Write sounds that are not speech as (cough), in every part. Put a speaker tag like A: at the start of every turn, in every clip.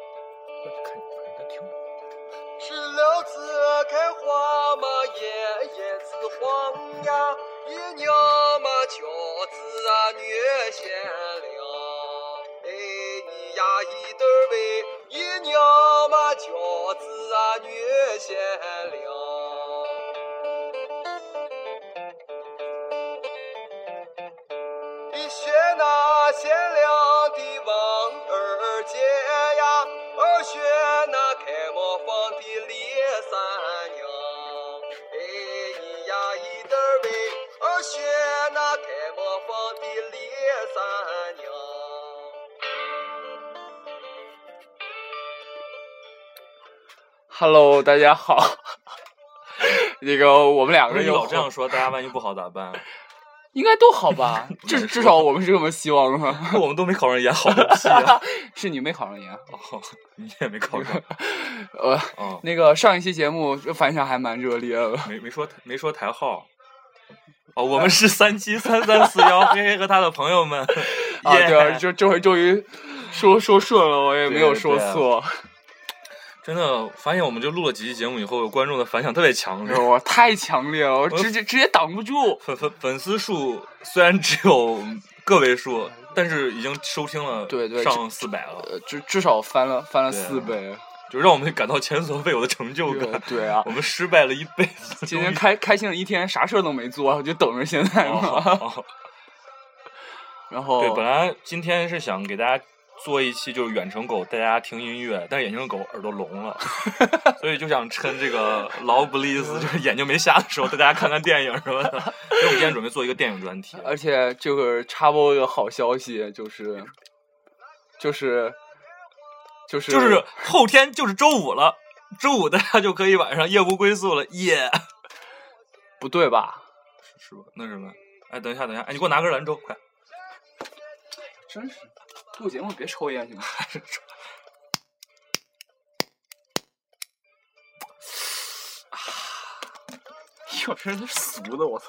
A: 我就看反正听。
B: 石榴子开花嘛，叶叶子黄呀，一娘嘛娇子啊，月鲜了。哎，你呀一对儿喂，一娘嘛娇子啊，月鲜了。一学那贤良的王二姐呀，二学那开磨坊的李三娘。哎，一呀一对儿喂，二学那开磨坊的李三娘。
C: Hello，大家好。 (laughs) 那个我们两
D: 不
C: 个
D: 是你
C: 又
D: 哎老这样说，大家万一不好咋办？啊
C: (laughs) 应该都好吧？至至少我们是这么希望的。
D: (laughs) 我们都没考上研，好个屁啊！
C: (laughs) 是你没考上研，啊
D: 哦 (laughs) 你也没考上，
C: (laughs) 呃，
D: 哦，
C: 那个上一期节目反响还蛮热烈
D: (laughs)
C: 的。
D: 没没说没说台号。
C: 呃
D: 哦，我们是三七三三四幺，嘿嘿和他的朋友们。
C: (laughs) 啊，
D: 耶
C: 对啊，这这回终于说说顺了，我也没有说错。
D: (laughs) 真的发现我们就录了几期节目以后，观众的反响特别强烈
C: 哎。呦我太强烈了，我直接直接挡不住。
D: 粉粉粉丝数虽然只有个位数，但是已经收听了
C: 对对
D: 上四百了，
C: 呃，至至少翻了翻了
D: 对啊
C: 四倍。
D: 就让我们感到前所未有的成就
C: 对
D: 感。
C: 对
D: (laughs)
C: 啊
D: 我，们失败了一辈子。
C: 今天开开心了一天，啥事儿都没做，就等着现在
D: 哦
C: 嘛。
D: 好好
C: (laughs) 然后
D: 对，本来今天是想给大家做一期就是远程狗带大家听音乐，但是眼镜狗耳朵聋
C: (laughs)
D: 了，所以就想趁这个劳布
C: (laughs)
D: 利斯就是眼睛没瞎的时候，带大家看看电影什么的。所以我们今天准备做一个电影专题。
C: 而且就是插播一个好消息，就是，就是，就是，
D: 就是后天就是周五了，周五大家就可以晚上夜不归宿了，耶、
C: 不对吧？
D: 是吧？那什么？哎，等一下，等一下，哎，你给我拿根兰州，
C: (laughs)
D: 快！
C: 真是录节目别抽烟行吗？有人是俗的，我操！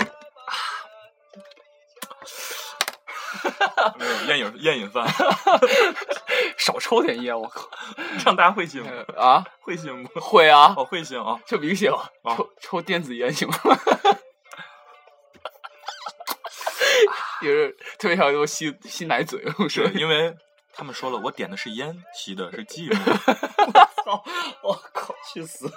D: 没有烟瘾，
C: (laughs)
D: 烟瘾犯，
C: 少抽点烟，我靠！
D: 这样大家会信吗？
C: (laughs) 啊，
D: 会信不？
C: 会啊，
D: 哦，会信啊！
C: 这明显啊，
D: 啊
C: 抽抽电子烟 (laughs) 行吗？就是特别想用吸吸奶嘴，我说
D: 对，因为他们说了，我点的是烟，吸的是寂寞。
C: (laughs) 我靠，去死！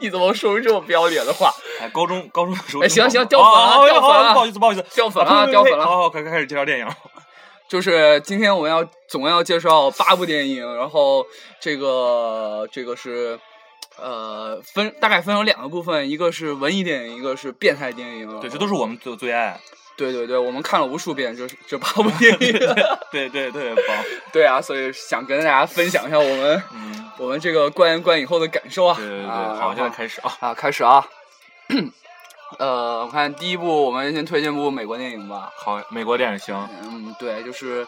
C: 你怎么说出这么不要脸的话？
D: 哎，高中高中的时候就有过，
C: 哎行行掉粉了
D: 啊啊啊
C: 掉粉了
D: 不好意思不好意思，
C: 掉粉
D: 啊
C: 了，掉粉了！哦
D: 好好，开开始介绍电影。
C: 就是今天我们要总要介绍八部电影，然后这个这个是呃分大概分成两个部分，一个是文艺电影，一个是变态电影。
D: 对，这都是我们最最爱。
C: 对对对，我们看了无数遍，这这八部电
D: (laughs)
C: 影。
D: 对对对，棒。
C: 对啊，所以想跟大家分享一下我们
D: 嗯，
C: 我们这个观观影后的感受啊。
D: 对对对，
C: 啊
D: 好，现在
C: 然后
D: 开始啊。
C: 啊，开始啊。 (clears throat) 呃，我看第一部，我们先推荐部美国电影吧。
D: 好，美国电影行。
C: 嗯，对，就是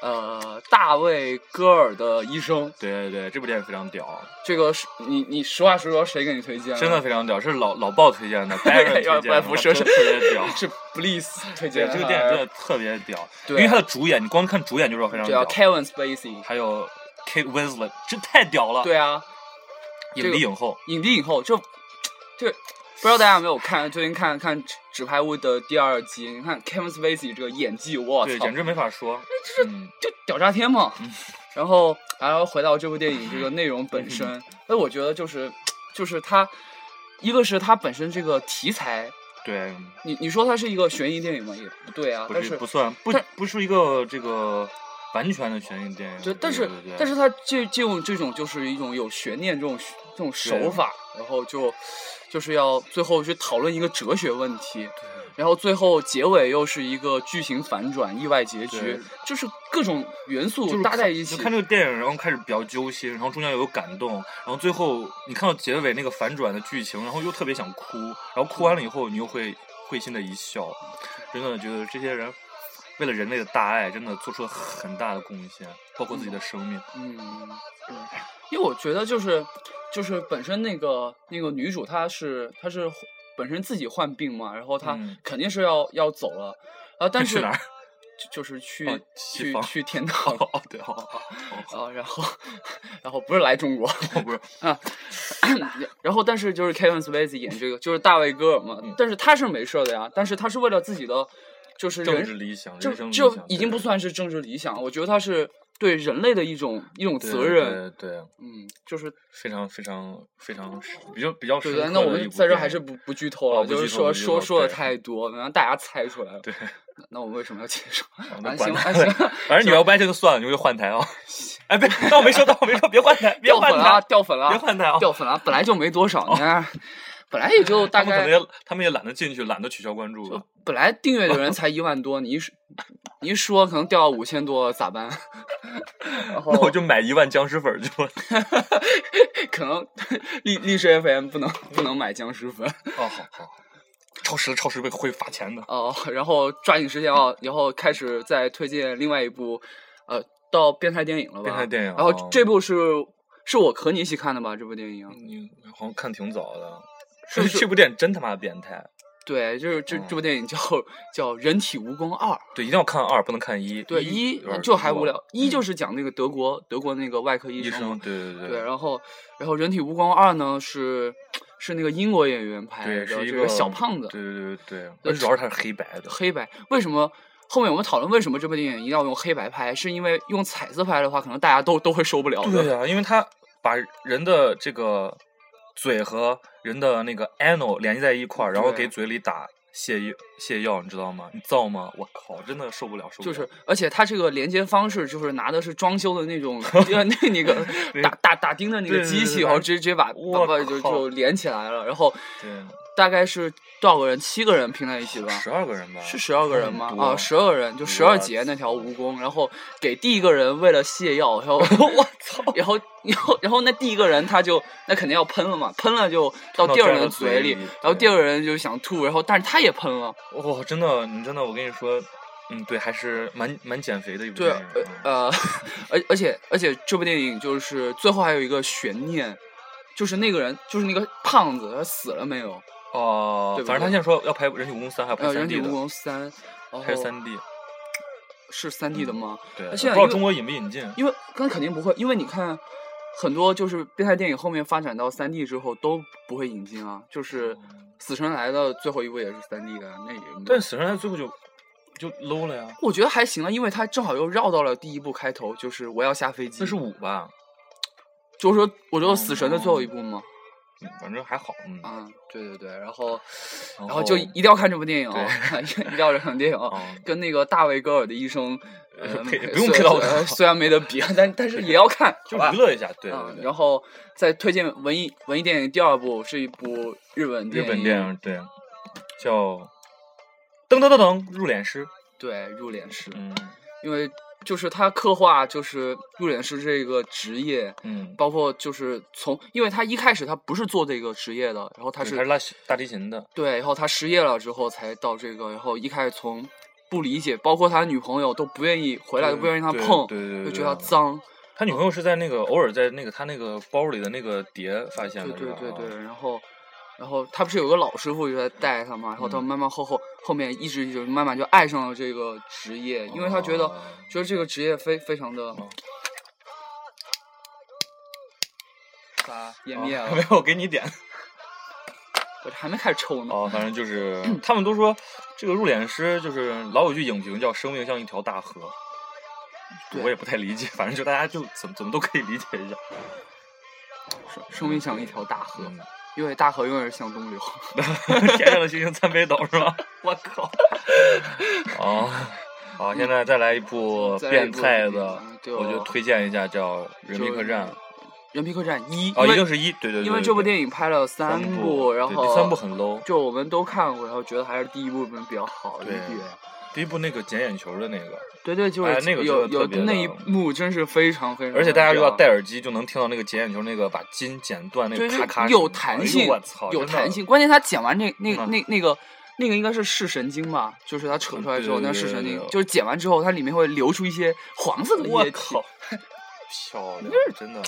C: 呃，大卫·戈尔的医生。
D: 对对对，这部电影非常屌，
C: 这个是你你实话实说，谁给你推荐？啊
D: 真的。非常屌，是老老鲍推荐的
C: (laughs)
D: ，Baron 推
C: 要
D: 荐
C: 不然
D: 的，
C: 不是。
D: 真的特别屌 (laughs)
C: 是 Bliss 推荐的
D: 对，
C: 啊
D: 这个电影真的特别屌，
C: 对
D: 因为它的主演，你光看主演就知道非常
C: 对啊
D: 屌。
C: ，Kevin Spacey。
D: 还有 Kate Winslet，这太屌了，
C: 对啊，
D: 影
C: 这个
D: 帝影后。
C: 影帝影后，这这不知道大家有没有看？最近看看《纸纸牌屋》的第二集，你看 Kevin Spacey 这个演技，我
D: 对，
C: 操哎
D: 简，直嗯没法说。嗯，
C: 就屌炸天嘛。然后，然后回到这部电影这个内容本
D: 嗯
C: 身，那我觉得就是，就是它，一个是它本身这个题材，
D: 对，
C: 你你说它是一个悬疑电影嘛，也不对啊，
D: 不
C: 但
D: 是
C: 是
D: 不算不
C: 但
D: 不是一个这个完全的悬疑电影。
C: 对，但是
D: 对对
C: 但是它借借用这种就是一种有悬念这种这种手法，然后就就是要最后去讨论一个哲学问题，然后最后结尾又是一个剧情反转、意外结局
D: 对，
C: 就是各种元
D: 就
C: 素
D: 是
C: 搭在
D: 看
C: 一
D: 就
C: 起。
D: 看这个电影，然后开始比较揪心，然后中间有感动，然后最后你看到结尾那个反转的剧情，然后又特别想哭，然后哭完了以后你又会会心的一笑，真的觉得这些人为了人类的大爱，真的做出了很大的贡献，包括自己的生
C: (laughs)
D: 命。
C: 嗯，对，因为我觉得就是就是本身那个那个女主她是她是本身自己患病嘛，然后她
D: 嗯
C: 肯定是要、要走了啊，但
D: (laughs) 去
C: 是
D: 哪儿
C: 就是去、
D: 哦西
C: 去
D: 方
C: 去天堂
D: 哦，对，好好好，
C: (laughs) 啊，然后然后不是来中国，
D: 哦不是，
C: (laughs) 啊
D: (laughs)
C: 然后但是就是 Kevin Spacey 演这个就是大卫戈尔嘛，
D: 嗯
C: 但是他是没事儿的呀，但是他是为了自己的就是
D: 政
C: 人
D: 治理想，
C: 就
D: 人生理
C: 就
D: 想
C: 已经不算是政治理想了，我觉得他是对人类的一种一种
D: 对
C: 责任，，
D: 对对对，
C: 嗯，就是
D: 非常非常非常深比较比较
C: 对
D: 深
C: 对，
D: 刻
C: 那我
D: 的一
C: 们
D: 部
C: 在这儿
D: 电
C: 还是
D: 影
C: 不不剧透了，
D: 哦不
C: 就是
D: 剧透
C: 说
D: 不剧透
C: 说说的
D: 对
C: 太多，让大家猜出来了。
D: 对，
C: 那我们为什么要介
D: (laughs)
C: 绍？
D: 好
C: 啊
D: 那
C: 行
D: 管
C: 啊
D: 他
C: 行
D: 嘞， (laughs) 反正你要歪这就算了，你就
C: (laughs)
D: 换台啊。哎，别，那我没说，那我没说，别换台，别
C: 掉粉
D: 换
C: 了
D: (laughs)
C: 啊，
D: 台，
C: 掉粉了
D: 别
C: 啊，
D: 换台啊。
C: 掉粉了啊，本来就没多少，你看，本来也就大
D: 他们可能
C: 概，
D: 也，他们也懒得进去，懒得取消关注吧。
C: 本来订阅的 (laughs) 人才一万多，你一说你一说可能掉到五千多咋办？ (laughs) 然后
D: 那我就买一万僵尸粉儿去了。
C: 可能 (laughs) 历历史 FM 不能不能买僵尸粉
D: 哦，好好好，超时了，超时会会罚钱的。
C: 哦，然后抓紧时间哦，然后开始再推荐另外一部，呃，到变态电影了吧？
D: 变态电影
C: 然后
D: 哦嗯
C: 这部是是我和你一起看的吧？这部电影，
D: 你好像看挺早的，
C: 是不是
D: 这部电影真他妈变态。
C: 对，就是这、
D: 嗯
C: 这部电影叫叫《人体蜈蚣二》。
D: 对，一定要看二，不能看一。
C: 对，
D: 一
C: 一
D: 有点
C: 就还无
D: 弱
C: 聊，一就
D: 嗯
C: 是讲那个德国德国那个外科医
D: 医
C: 生
D: 生，
C: 嘛。
D: 对对
C: 对，然后然后《人体蜈蚣二》呢是是那个英国演员拍的，
D: 对，是一
C: 这
D: 个
C: 小胖子，
D: 对对对对
C: 对
D: 对，而且主要是他是黑白的。
C: 黑白。为什么后面我们讨论为什么这部电影一定要用黑白拍？是因为用彩色拍的话，可能大家都都会受不了
D: 对
C: 的。
D: 呀、因为他把人的这个嘴和人的那个 anal 联系在一块儿，然后
C: 对
D: 给嘴里打泻药泻药，你知道吗？你造吗？我靠，真的受不了，受不
C: 就
D: 了。
C: 是，而且它这个连接方式就是拿的是装修的那
D: (laughs)
C: 种，呃，那那个
D: 对
C: 打打打钉的那
D: 对
C: 个
D: 对
C: 机
D: 对
C: 器，
D: 对
C: 然后直接直接把把
D: 我
C: 把就
D: 靠
C: 就连起来了。然后
D: 对，
C: 大概是多少个人？七个人拼在一起吧？
D: 十二个人吧，
C: 是十二个人吗
D: 很？多
C: 啊，十二个人，就十二节那条蜈蚣，然后给第一个人为了泻药，然后 (laughs) 我操，然后然后然后那第一个人他就那肯定要喷了嘛，喷了就到第二个人嘴里
D: 到第二
C: 然后第二
D: 个人嘴里，
C: 个人就想吐，然后但是他也喷了，
D: 哇、真的，你真的，我跟你说，嗯，对，还是蛮蛮减肥的一部
C: 对，
D: 电
C: 呃
D: 影。嗯
C: 呃， (laughs) 而而且而且这部电影就是最后还有一个悬念，就是那个人就是那个胖子他死了没有？
D: 哦、
C: 呃对不
D: 反正他
C: 对
D: 现在说要拍《人体蜈蚣三》，还要拍
C: 呃，人
D: 三
C: 体
D: D
C: 蜈
D: 的，
C: 蚣三，然
D: 还是
C: 后
D: 三 D。
C: 是三 D 的吗？
D: 对，
C: 那
D: 不
C: 现
D: 知
C: 在
D: 道
C: 因为
D: 中国引不引进。
C: 因为那肯定不会，因为你看很多就是变态电影后面发展到三 D 之后都不会引进啊，
D: 哦
C: 就是《死神来了》最后一部也是三 D 的，那也没
D: 但是死神来最后就就 low 了呀，
C: 我觉得还行啊了，因为它正好又绕到了第一部开头，就是我要下飞机，
D: 那是五吧，
C: 就是说我说死神的最后一部嘛，
D: 嗯反正还好，嗯。
C: 啊、对对对，然后
D: 然
C: 然后就一定要看这部电影哦， (laughs) 一定要看这部电影哦。
D: 嗯
C: 跟那个大卫·戈尔的医生，
D: (laughs)
C: 呃，
D: 配
C: 没
D: 不用
C: 虽
D: 配到
C: 虽
D: 我
C: 虽然没得比，啊但但是也要看，
D: 就
C: 好吧
D: 娱乐一下，对
C: 嗯，
D: 对对，
C: 然后再推荐文艺文艺电影第二部是一部日本
D: 日
C: 电
D: 本电影对，叫噔噔噔噔入殓师，
C: 对入殓师，
D: 嗯
C: 因为就是他刻画就是入殓师这个职业，
D: 嗯，
C: 包括就是从，因为他一开始他不是做这个职业的，然后他
D: 他
C: 是
D: 还是拉小大提琴的，
C: 对，然后他失业了之后才到这个，然后一开始从不理解，包括他女朋友都不愿意回来，都
D: 对
C: 不愿意让他
D: 对
C: 碰，
D: 对
C: 就
D: 对对，
C: 觉得他
D: 对。
C: 脏，
D: 他女朋友是在那个偶尔在那个他那个包里的那个碟发现
C: 对
D: 的，啊
C: 对对
D: 是吧哦
C: 对，，然后。然后他不是有个老师傅就在带他嘛，然后他
D: 嗯
C: 慢慢后后后面一直就慢慢就爱上了这个职业，因为他觉得
D: 哦
C: 觉得这个职业非非常的 (laughs)
D: 哦
C: 把湮灭
D: 啊
C: 了，
D: (laughs) 没有给你点，
C: 我这还没开始抽呢。
D: 哦，反正就是他们都说这个入殓师就是老有句影评叫“生命像一条大河”，
C: 对
D: 我也不太理解，反正就大家就怎么怎么都可以理解一下。
C: 生生命像一条大河，
D: 嗯，
C: 因为大河永远是向东流。
D: (laughs) 天上的星星参北斗
C: (laughs)
D: 是吧？ (laughs) 我靠！哦， (laughs) 好，现在再来一部
C: 再来一
D: 变
C: 部
D: 态
C: 这
D: 的
C: 个，就
D: 我就推荐一下叫《人民客栈》
C: 就。人皮客栈一，因
D: 哦，一
C: 为
D: 定是一，对对对。
C: 因为
D: 对
C: 这部
D: 对
C: 电影拍了三
D: 三
C: 部，
D: 部
C: 然
D: 对
C: 后
D: 第三部很 low
C: 就我们都看过，然后觉得还是第一部比较好一
D: 对
C: 点。
D: 第一部那个捡眼球的那个，
C: 对对，就是
D: 哎那个
C: 有
D: 真的
C: 有
D: 特别
C: 那
D: 的
C: 一幕真是非常非常，
D: 而且大家
C: 哦
D: 如果要戴耳机，就能听到那个捡眼球那个把筋剪断那
C: 对
D: 个
C: 对
D: 咔咔声。
C: 有
D: 哎
C: 弹
D: 呦
C: 性，
D: 我操，
C: 有
D: 真的
C: 弹性。关键他剪完那那
D: 嗯
C: 那那个那个应该是视神经吧，就是他扯出来之后，
D: 嗯对
C: 那
D: 对
C: 视
D: 对
C: 神
D: 对
C: 经
D: 对
C: 就是剪完之后，它里面会流出一些黄色的
D: (laughs) 我
C: 液体 (laughs)
D: 靠。，啊漂亮，真的。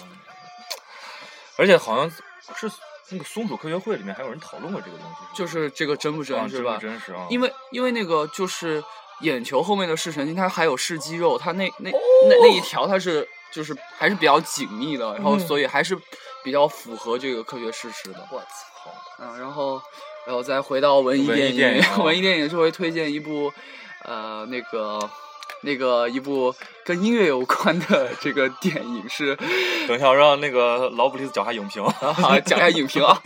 D: 而且好像是那个松鼠科学会里面还有人讨论过这个东西，
C: 就是是这个真不
D: 吧啊
C: 真是吧？
D: 真不真实啊，
C: 因
D: 为
C: 为因为那个就是眼球后面的视神经，它还有视肌肉，它那那、
D: 哦
C: 那那一条它是就是还是比较紧密的，然后
D: 嗯
C: 所以还是比较符合这个科学事实的。
D: 我操，
C: 嗯，然后然后再回到文艺
D: 文艺
C: 电
D: 电影
C: 影，(laughs)
D: 啊
C: 文艺电影就会推荐一部呃那个。那个一部跟音乐有关的这个电影是，
D: 等一下我让那个老布里斯脚下影评
C: 啊，讲一下影
D: (laughs)
C: 评啊，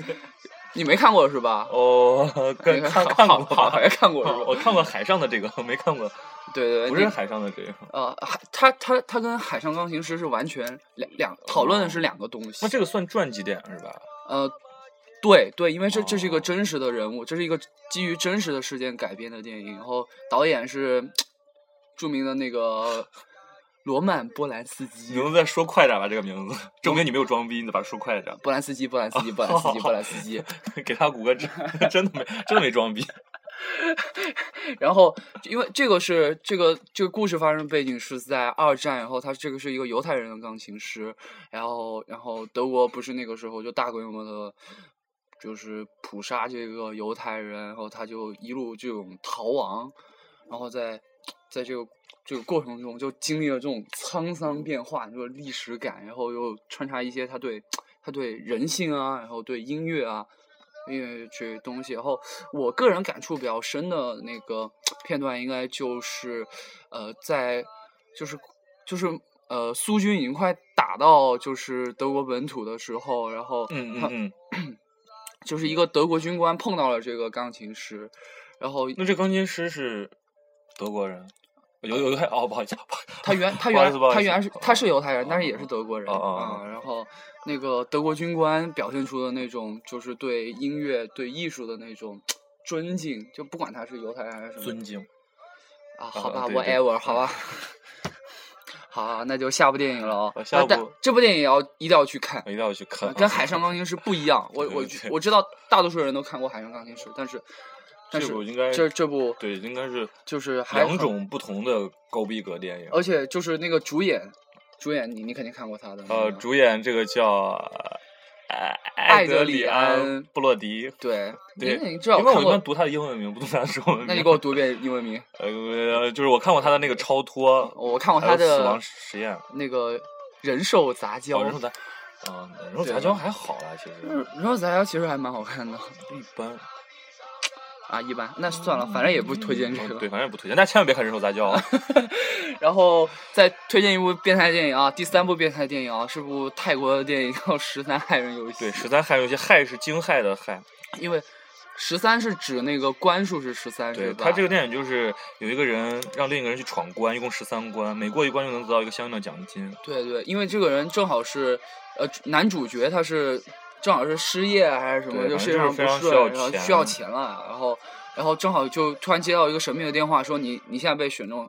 C: 你没看过是吧？
D: 哦，跟看
C: (laughs) 好
D: 看过
C: 好好好像看过是吧
D: 啊我看过海上的这个，没看过
C: 对对，对
D: 不
C: 那
D: 是海上的这个，
C: 呃，海他他他跟海上钢琴师是完全两两讨论的是两个东西
D: 那。这个算传记电影是吧？
C: 呃，对对，因为这这是一个
D: 哦
C: 真实的人物，这是一个基于真实的事件改编的电影，然后导演是著名的那个罗曼波兰斯基
D: 你。能再说快点吧？这个名字证明你没有装逼，你得把它说快点，
C: 波兰斯基，波兰斯基，波兰斯基，波兰斯基。
D: (laughs) 给他鼓个掌，真的没真的没装逼。
C: 然后，因为这个是这个这个故事发生背景是在二战，然后他这个是一个犹太人的钢琴师，然后然后德国不是那个时候就大规模的，就是捕杀这个犹太人，然后他就一路这种逃亡，然后在在这个这个过程中就经历了这种沧桑变化，就是历史感，然后又穿插一些他对他对人性啊，然后对音乐啊，因为这些东西。然后我个人感触比较深的那个片段，应该就是呃，在就是就是呃，苏军已经快打到就是德国本土的时候，然后
D: 嗯嗯
C: 他
D: 嗯，
C: 就是一个德国军官碰到了这个钢琴师，然后
D: 那这钢琴师是德国人，有有有还哦，不好意思，不好意思
C: 他
D: (laughs)
C: 原他
D: 不好意
C: 原
D: 思不好意
C: 他
D: 思
C: 原是他是犹太人，但是也是
D: 哦
C: 德国人
D: 哦哦
C: 啊。然后那个德国军官表现出的那种就是对音乐、对艺术的那种尊敬，就不管他是犹太人还是什么
D: 尊敬。
C: 啊，好
D: 啊
C: 吧
D: 对对
C: ，whatever，好
D: (laughs)
C: 吧。好啊，那就下部电影了哦
D: 啊。下
C: 但
D: 部
C: 这部电影也要一定要去看
D: (laughs) 我，一定要去看。
C: 啊跟《海上钢琴师》不一
D: (laughs)
C: 样。我我
D: 对对对
C: 我知道大多数人都看过《海上钢琴师》，但是但
D: 这
C: 是
D: 部应该
C: 这这部
D: 对，应该是
C: 就是还
D: 两
C: 很哦
D: 种不同的高逼格电影。
C: 而且就是那个主演，主演你你肯定看过他的。那
D: 呃，
C: 个
D: 主演这个叫呃
C: 艾德
D: 德
C: 里
D: 里
C: 安
D: 布洛迪。
C: 对，你
D: 对，
C: 你至少
D: 因为我
C: 看
D: 一般
C: 过。
D: 读他的英文名，不读他的中文名。
C: 那你给我读一遍英文名。
D: 呃，就是我看过他的那个《超脱》，
C: 我看过
D: 还有
C: 他
D: 死
C: 的
D: 亡实验》
C: 那个《人兽杂交
D: 哦，》，人肉杂，嗯，人肉
C: 哦对嗯
D: 杂交
C: 吧
D: 还好啦，其实
C: 人兽杂交其实还蛮好看的
D: 一般。
C: 啊，一般。那算了，反正也不推荐这
D: 嗯
C: 个。
D: 对，反正也不推荐，大家千万别看人肉杂交啊。
C: 然后再推荐一部变态电影啊，第三部变态电影啊，是部泰国的电影叫《十三害人游戏》。
D: 对，十三害有些害是惊骇的害。
C: 因为十三是指那个关数是十三，
D: 对
C: 是吧？
D: 他这个电影就是有一个人让另一个人去闯关，一共十三关，每过一关就能得到一个相应的奖金。
C: 对对，因为这个人正好是呃男主角，他是正好是失业啊还是什么，
D: 对
C: 就
D: 反
C: 世
D: 正
C: 界上不
D: 就是非常需
C: 顺，
D: 要
C: 然后
D: 钱
C: 需要钱了，然后然后正好就突然接到一个神秘的电话，说你你现在被选中。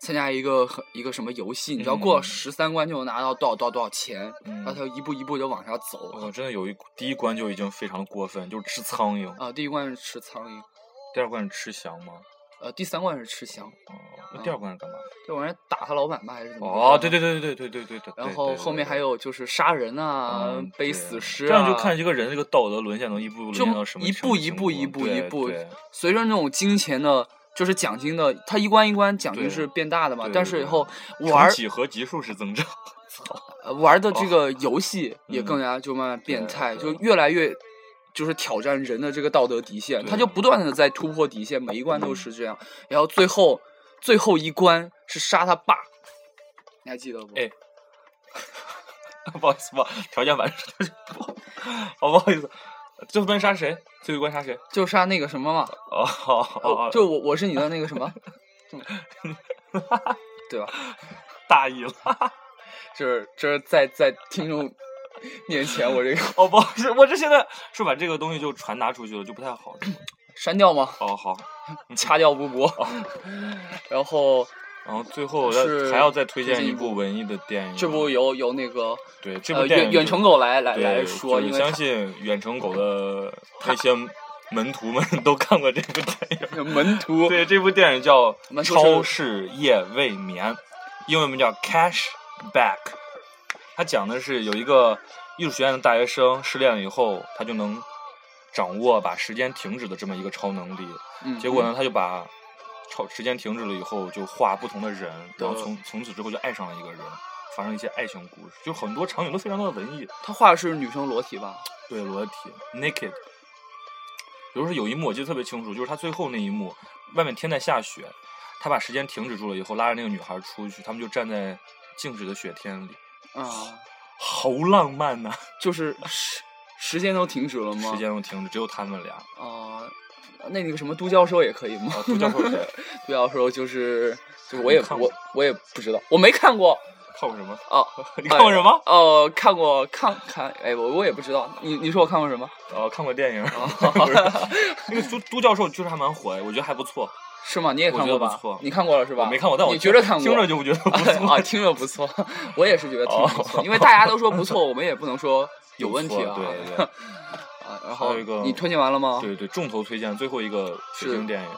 C: 参加一个很一个什么游戏，你只要过
D: 嗯
C: 十三关就能拿到多少多少多少钱，
D: 嗯
C: 然后他就一步一步就往下走。
D: 我真的有一第一关就已经非常过分，就是吃苍蝇，
C: 啊，第一关是吃苍蝇，
D: 第二关是吃翔吗？
C: 呃，第三关是吃翔，
D: 哦，那
C: 嗯
D: 第二关是干嘛？
C: 这玩意儿打他老板吧还是怎么？
D: 哦，对。对对对对对对对对。
C: 然
D: 对
C: 后后面还。有就是杀人啊
D: 嗯，
C: 背
D: 对
C: 死尸啊，
D: 这样就看一个人这个道德沦陷能一步步沦
C: 就
D: 陷到什么
C: 一
D: 程
C: 步一
D: 程
C: 步一
D: 度
C: 步一
D: 对
C: 步
D: 对，
C: 随着那种金钱的，就是奖金的，它一关一关奖金
D: 对
C: 是变大的嘛
D: 对，对
C: 但是以
D: 对
C: 后
D: 成
C: 玩
D: 几何级数是增长。
C: 呃玩的这个游戏也更
D: 哦嗯
C: 加就慢慢变
D: 对
C: 态，就
D: 对
C: 越来越。就是挑战人的这个道德底线，他
D: 对
C: 就不断的在突破底线，每一关都是这样。然后最后最后一关是杀他爸，你还记得不？
D: 哎 (laughs) 不好意思，不好条件反射，哦，不好意思，最后一关杀谁？最后一关杀谁？
C: 就杀那个什么嘛，
D: 哦哦哦，
C: 就我我是你的那个
D: (laughs)
C: 什么，对吧？
D: 大意了。
C: 这是这是在在听众面前我这个
D: 哦，不好意思，我这现在是把这个东西就传达出去了，就不太好。是吗
C: 删掉吗？
D: 哦，好，
C: (laughs) 掐掉不播。哦然后
D: 然后最后要
C: 是
D: 还要再推
C: 推
D: 荐
C: 荐
D: 一
C: 一部
D: 部文艺的电影。
C: 这部由由那个
D: 对这
C: 呃
D: 部电影
C: 远
D: 就
C: 远程狗来来
D: 对
C: 来说，
D: 就是
C: 因为
D: 相信远程狗的那些门徒们都看过这部电影。
C: 他 (laughs) 门徒
D: 对，这部电影叫
C: 门
D: 《
C: 徒是
D: 超市夜未眠》，英文名叫《Cash Back》。它讲的是有一个艺术学院的大学生失恋了以后，他就能掌握把时间停止的这么一个超能力。
C: 嗯
D: 结果呢，他就把超时间停止了以后，就画不同的人，然后
C: 对
D: 从从此之后就爱上了一个人，发生一些爱情故事，就很多场景都非常的文艺。
C: 他画的是女生裸体吧？
D: 对，裸体 naked。比如说有一幕我记得特别清楚，就是他最后那一幕，外面天在下雪，他把时间停止住了以后，拉着那个女孩出去，他们就站在静止的雪天里，
C: 啊，
D: 好浪漫呐、
C: 就是时时间都停止了吗？
D: 时间都停止，只有他
C: (laughs)
D: 们俩。
C: 啊、那那个什么都教授也可以吗？
D: 啊，杜教授是谁？
C: (laughs) 都教授就是就是我也
D: 你看过
C: 我我也不知道，我没看过
D: 看过
C: (laughs)
D: 什么？
C: 哦
D: 你看过什么？
C: 哦、看过看看哎我我也不知道，你你说我看过什么？ (laughs)
D: 哦，看过电影。不是那个杜杜教授就是还蛮火的，我觉得还不错。
C: 是吗？你也
D: 我
C: 看
D: 觉
C: 过
D: 得不
C: 吧
D: 错？
C: 你看过了是吧？
D: 我没看过，但我
C: 你觉得看过？
D: 听着就觉得不
C: 啊，
D: 错。哦
C: 听着不错，我也是觉得挺不错，因为大家都说不错，我们也不能说有问题啊。
D: 不错对对对。
C: (laughs) 啊，然
D: 还
C: 后
D: 有一个
C: 你推荐完了吗？
D: 对对，重头推荐最后一个血
C: 是
D: 腥电影，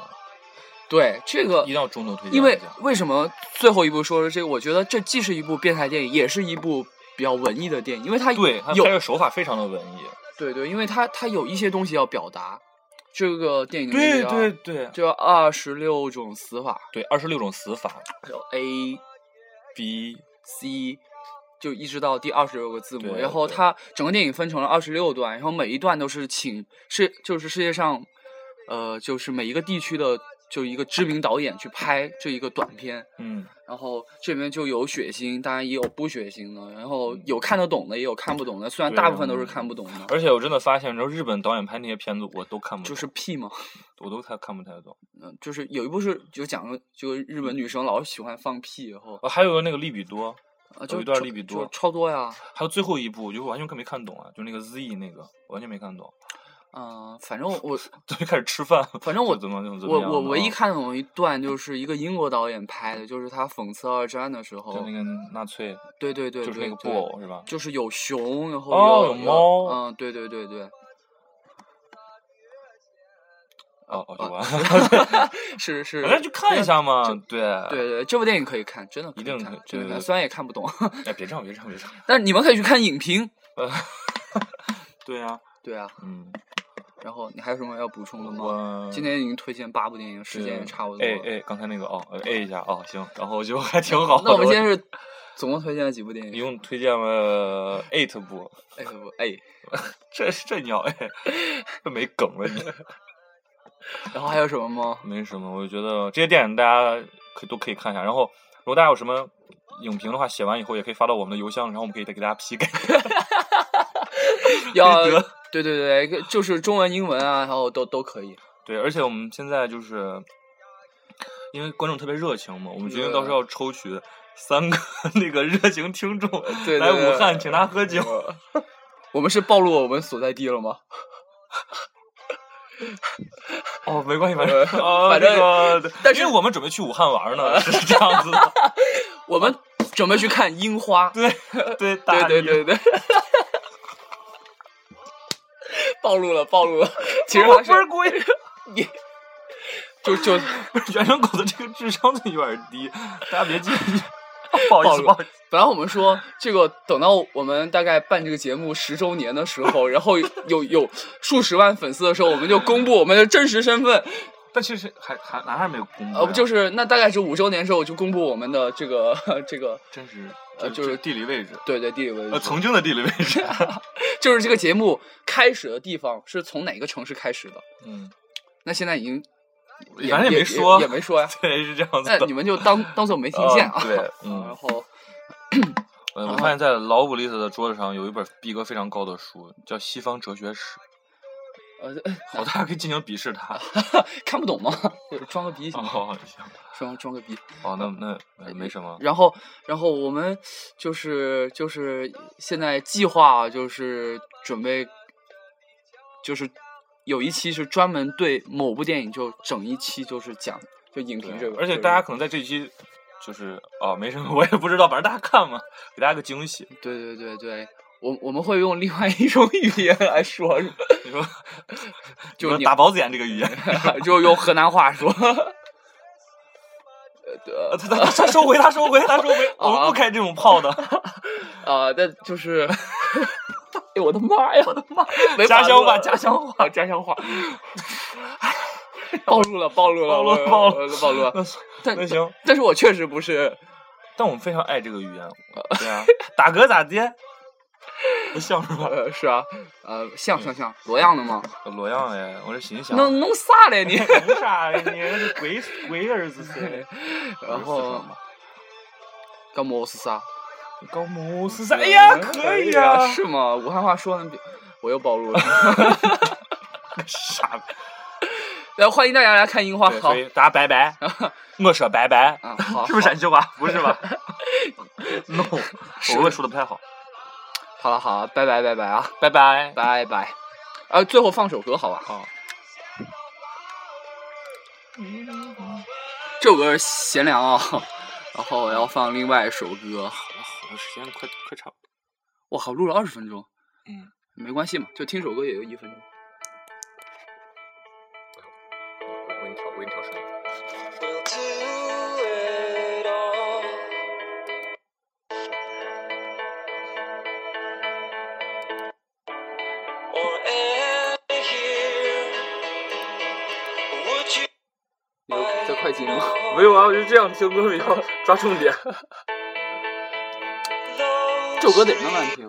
C: 对这个
D: 一定要重头推荐一下。
C: 因为为什么最后一部说是这个？我觉得这既是一部变态电影，也是一部比较文艺的电影，因为它
D: 对，他
C: 有
D: 拍摄手法非常的文艺。
C: 对对，因为它它有一些东西要表达。这个电影里
D: 对
C: 啊
D: 对对
C: 就二十六种死法，
D: 对，二十六种死法
C: 有 A、
D: ，B
C: C，就一直到第二十六个字母。
D: 对
C: 然后
D: 对
C: 它整个电影分成了二十六段，然后每一段都是请世就是世界上，呃，就是每一个地区的就一个知名导演去拍这一个短片。
D: 嗯，
C: 然后这里面就有血腥，当然也有不血腥的，然后有看得懂的，也有看不懂的。虽然
D: 嗯对啊
C: 大部分都是看不懂的，
D: 而且我真的发现，你知道日本导演拍那些片子，我都看不
C: 就
D: 懂，
C: 是屁嘛，
D: 我都太看不太懂。
C: 嗯，就是有一部是就讲了，就日本女生老是喜欢放屁，然后
D: 啊，还有个那个利比多，
C: 啊，
D: 有
C: 就
D: 一段
C: 超
D: 利比
C: 就
D: 多
C: 超多呀，
D: 还有最后一部，我就完全没看懂啊，就那个 Z 那个，完全没看懂， (laughs)
C: 嗯、反正我
D: 就开始吃饭。 (laughs)
C: 反正我
D: 就怎么怎么怎么
C: 我
D: 样
C: 我
D: 的
C: 唯一
D: 啊
C: 看懂一段就是一个英国导演拍的，就是他讽刺二战的时候
D: 就，那个纳粹，
C: 对对哦对，
D: 就是那
C: 对
D: 个
C: 对
D: 布偶是吧？
C: 就是有熊，然后有
D: 哦有猫
C: 嗯，对对对
D: (laughs)
C: 对，
D: 哦哦，就
C: 啊
D: 完了，
C: (laughs) 是是，
D: 反正就看一下嘛
C: 这，
D: 对啊
C: 对对，这部电影可以看，真的可以
D: 一定
C: 看
D: 可以
C: 真的
D: 对
C: 可以看，
D: 对
C: 虽然也看不懂， (laughs)
D: 哎，别这样，别这样，别这样。
C: 但是你们可以去看影评。
D: 对啊，
C: (laughs) 对啊，
D: 嗯，
C: 然后你还有什么要补充的吗？
D: 我
C: 今天已经推荐八部电影，时
D: 对
C: 间也差不多
D: 哎
C: 了。
D: 哎，刚才那个哦，哎一下哦，行，然后我觉得还挺好的。
C: 那我们今天是总共推荐了几部电
D: 一
C: 影？
D: 共推荐了 eight
C: (laughs)
D: 部，
C: 哎不哎，
D: 这这鸟哎，这没梗了你。
C: 然后还有什么吗？
D: (laughs) 没什么，我觉得这些电影大家可以都可以看一下。然后，如果大家有什么影评的话，写完以后也可以发到我们的邮箱，然后我们可以再给大家批
C: (laughs)
D: 改。
C: 要
D: 得
C: 对对对，就是中文、英文啊，然后都都可以。
D: 对，而且我们现在就是因为观众特别热情嘛，我们决定到时候要抽取三个那个热情听众
C: 呃对对
D: 来
C: 对
D: 武汉，请他喝酒。
C: 我们是暴露我们所在地了吗？
D: 哦，没关系，反正、
C: 呃
D: 哦
C: 反正
D: 那个
C: 但是
D: 因为我们准备去武汉玩呢，是这样
C: (laughs)
D: 子的。
C: 我们准备去看樱花。
D: 对对
C: 对
D: 大
C: 对
D: 一
C: 对对。暴露了，暴露了。其实还是
D: 我不故意，
C: 你，就就
D: 不 (laughs) 是原生狗的这个智商就有点低，大家别介
C: (laughs)
D: 意。不好意
C: 暴
D: 思，
C: 露
D: 不好意思。
C: 本来我们说这个，等到我们大概办这个节目十周年的时候，然后有有数十万粉丝的时候，我们就公布我们的真实身份。
D: 但其实还还哪还没有公布呀，
C: 呃，不就是是那大概是五周年的时候就公布我们的这个这个，
D: 真实
C: 呃就是
D: 地理位置，
C: 对对地理位
D: 呃，
C: 置，
D: 曾经的地理位置。
C: 就是这个节目开始的地方是从哪个城市开始的？
D: (laughs) 嗯，
C: 那现在已经也
D: 反正
C: 也
D: 没说，。
C: 也也没说呀
D: (laughs) 对，是这样子
C: 那
D: 的。
C: 你们就当当做没听见啊。
D: 哦
C: (laughs)
D: 对嗯
C: 然后
D: 呃
C: 啊
D: 我发现，在老布利斯的桌子上有一本逼格非常高的书，叫《西方
C: (laughs)
D: 哲学史
C: 呃，》，
D: 好，大家可以进行鄙视
C: (laughs)
D: 它。
C: 看不懂吗？ (laughs) 就是装个逼，
D: 哦，行，
C: 装装个逼。
D: 哦，那那呃没什么。
C: 然后，然后我们就是就是现在计划就是准备，就是有一期是专门对某部电影就整一期就是讲就影评这个，
D: 而且
C: 就是
D: 大家可能在这一期，就是哦，没什么，我也不知道，反正大家看嘛，给大家个惊喜。
C: 对对对对，我我们会用另外一种语言来说， (laughs)
D: 你说，
C: 就
D: 你说
C: 你
D: 打包子眼这个语言，
C: 就用河南话说。
D: 呃他他他收哦 (laughs)
C: 呃
D: 回，他收回，他收回，我们不开这种炮的。
C: 啊，但就是哎，我的妈呀，我的妈！没
D: 家
C: 法
D: 乡
C: 录
D: 话，
C: 了
D: 家乡话，家乡话。
C: 暴露了，暴露了，
D: 暴露
C: 我
D: 了暴露
C: 我暴露了。
D: (laughs) 那是
C: 但
D: 那行，
C: 但是我确实不是，
D: 但我们非常爱这个语言。 (laughs) 对啊，打嗝咋的？不像是吧？
C: 呃，是啊，呃，像像像洛阳的吗？
D: 洛阳哎，我这心想，
C: 弄弄啥嘞
D: (laughs)
C: 你？
D: 弄啥呀？你这是 (laughs) 龟龟儿子噻。
C: 然后干么是啥？
D: 搞么事噻？哎呀，可以啊呀、
C: 嗯哎是吗？武汉话说的比，我又暴露了。 (laughs)
D: 傻逼。
C: 然后欢迎大家来看樱花，
D: 对
C: 好
D: 所以大家拜 (laughs) 拜。我说拜拜。
C: 啊，好，
D: (laughs) 是不是陕西话？不是 (laughs) 吧？No，我会说的不太好。
C: 好了好了，拜拜拜拜啊，
D: 拜拜。
C: 拜拜。啊，最后放首歌好吧？
D: 好。
C: 这首歌是贤良啊、然后我要放另外一首歌。
D: 我时间快快差不多。
C: 我靠，录了二十分钟，
D: 嗯，
C: 没关系嘛，就听首歌也就一分钟。
D: 我给你调，我给你调声音。
B: We'll do it all. Or am I here? Would you
C: 你在快进吗？
D: 没有啊，我就这样听歌比较抓重 (laughs) 点。
C: 这首歌得慢慢听。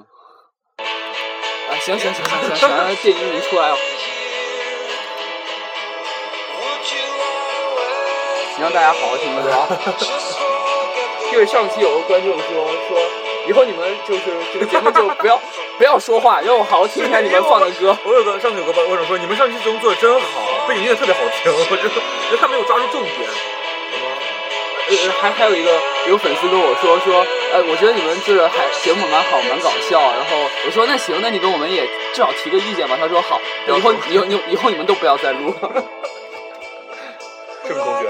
C: 啊，行行行行行行，电影人出来啊了，你让大家好好听歌啊。
B: (laughs)
C: 因为上期有个观众说说，以后你们就是这个节目就不要不要说话，让我好好听一下你们放的歌。
D: 我有个上次有个观众说，你们上期节目做的真好，背景音乐特别好听，我觉得觉得他没有抓住重点。
C: 呃，还还有一个有粉丝跟我说说，呃，我觉得你们就是还节目蛮好，蛮搞笑。然后我说那行，那你跟我们也至少提个意见吧。他说好，以后以后以后以后你们都不要再录了。
D: 是不是同学？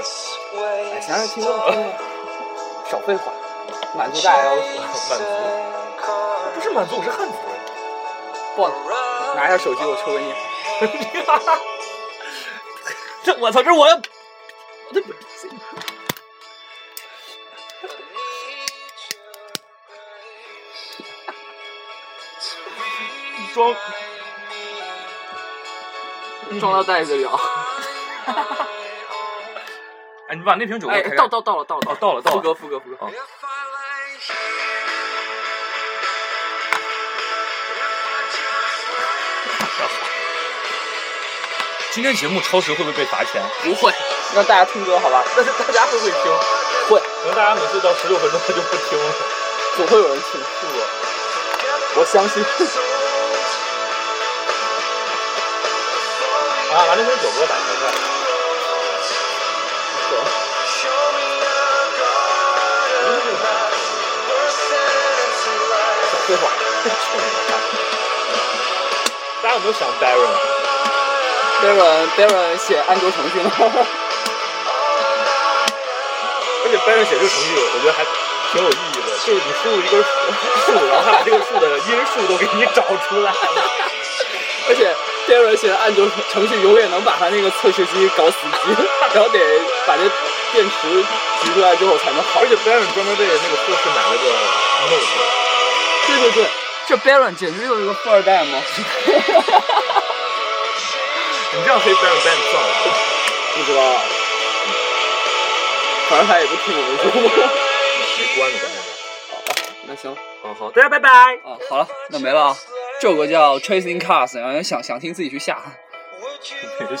C: 哎，
B: 哎，
C: 想想
B: 想想
C: 听
B: 听
C: 众
B: 众 (laughs)
C: 朋友 (laughs) 们少废话，满足大家要求。
B: (laughs)
D: 满足？不是满足，我是汉服。
C: 不，拿一下手机，我抽根烟。 (laughs)
D: 这我操，这是我的。装
C: 装到袋子里啊！
D: 哎，你把那瓶酒给
C: 哎
D: 我开，开
C: 到到到了到了
D: 哦，到了到
C: 副
D: 了
C: 歌，副歌副歌。
D: 好 (laughs) 今天节目超时会不会被罚钱？
C: 不会，让大家听歌 (laughs) 好吧？
D: 但是大家会不会听？
C: 会，
D: 可能大家每次到十六分钟就不听了。
C: 总会有人听，
D: 是我，
C: 我相信。
D: 啊，拿那瓶酒给我打开看。 (laughs) 小废话， (laughs) 去你妈蛋！大家有没有想 Darren？
C: Darren Darren 写安卓程序呢，
D: 而且 Darren 写这个程序，我觉得还挺有意义的，就是你输入一根数， (laughs) 然后他把这个数的音数都给你找出来。
C: 而且 Darren 写的安卓程序永远能把他那个测试机搞死机， (laughs) 然后得把这电池取出来之后才能好
D: (laughs) 而。且 Darren 专门为那个测试买了个 Note，
C: 对对对，这 Darren 简直就是个富二代嘛。
D: 你这样可以 Darren 把你造了。
C: (laughs) 不知道啊，反正他也不听我们节目。
D: 没关的，关键是。
C: (laughs) 那行，
D: 好好，大家拜拜。
C: 啊，好了，那没了啊。这首歌叫 Chasing Cars，然后想想听自己去下。